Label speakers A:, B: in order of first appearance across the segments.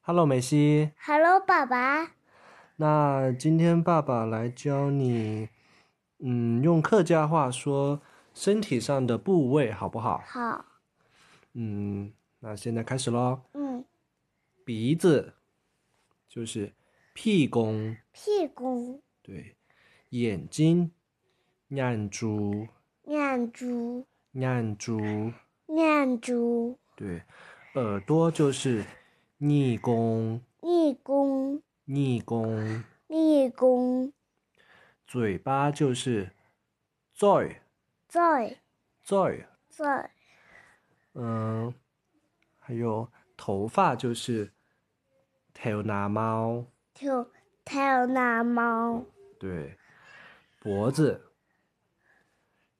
A: Hello，美西。
B: Hello，爸爸。
A: 那今天爸爸来教你，嗯，用客家话说身体上的部位好不好？
B: 好，
A: 嗯，那现在开始喽。
B: 嗯，
A: 鼻子就是屁公，
B: 屁股、
A: 对，眼睛眼珠
B: 眼珠、
A: 眼珠，
B: 眼珠、
A: 对，耳朵就是逆弓
B: 逆弓、
A: 逆弓，
B: 逆弓、
A: 嘴巴就是嘴
B: 再
A: 嘴。
B: 再
A: 嗯，还有头发就是头拿猫，
B: 跳跳那猫、
A: 对，脖子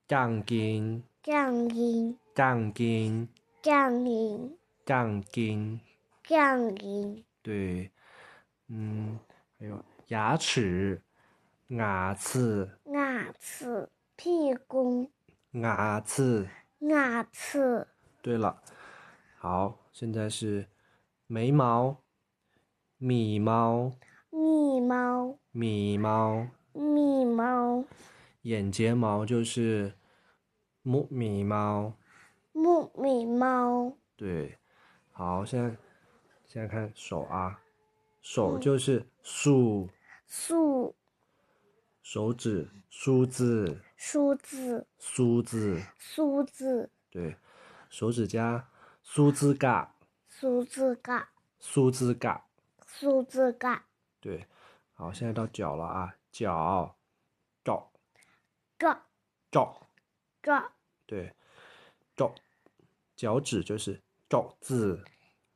A: 杠筋
B: 降音、
A: 杠筋
B: 降音、
A: 杠筋，
B: 降音、
A: 对，嗯，还有牙齿牙齿
B: 牙齿、屁股、
A: 牙齿，
B: 牙齿、
A: 对了，好，现在是眉毛米毛
B: 密猫、
A: 米毛。
B: 密猫、
A: 眼睫毛就是木米毛，
B: 木米猫、
A: 对，好，现在现在看手啊，手就是竖
B: 数、
A: 手指、梳子、
B: 数字、
A: 梳子，
B: 数字、
A: 对，手指甲、梳子嘎、
B: 数字嘎、
A: 梳子嘎，
B: 数字嘎、
A: 对，好，现在到脚了啊，脚，脚
B: 嘎。
A: 脚，
B: 个
A: 对，脚，脚趾就是脚趾，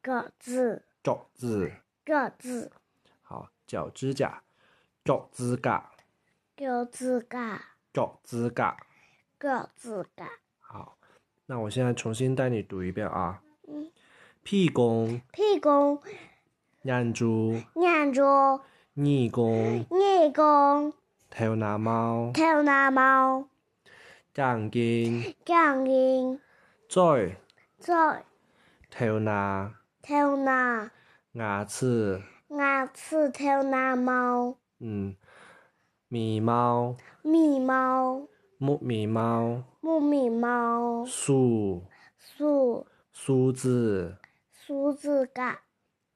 B: 个字
A: 脚趾，
B: 个字
A: 好，脚指甲，脚趾甲。
B: 个字嘎
A: 脚趾甲。
B: 个字嘎，
A: 好，那我现在重新带你读一遍啊。
B: 嗯，
A: 屁公、
B: 屁股
A: 眼珠、
B: 念住
A: 耳公、
B: 逆弓
A: 头拿猫、
B: 头那猫
A: 眼睛、
B: 降音
A: 嘴、
B: 再
A: 头拿、
B: 头那
A: 牙齿、
B: 牙齿头那猫
A: 嗯，眉毛、
B: 密猫
A: 木眉毛、
B: 木米猫
A: 梳、
B: 数
A: 梳子、
B: 数字嘎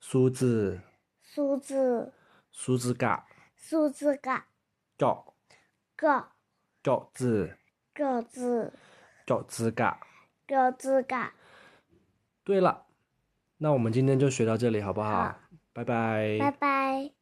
A: 梳子、
B: 数字
A: 梳子甲、
B: 数字嘎
A: 脚、
B: 个
A: 脚趾、
B: 个字
A: 脚趾甲。
B: 个字嘎，
A: 对了，那我们今天就学到这里，好不好？
B: 好
A: 拜拜。
B: 拜拜。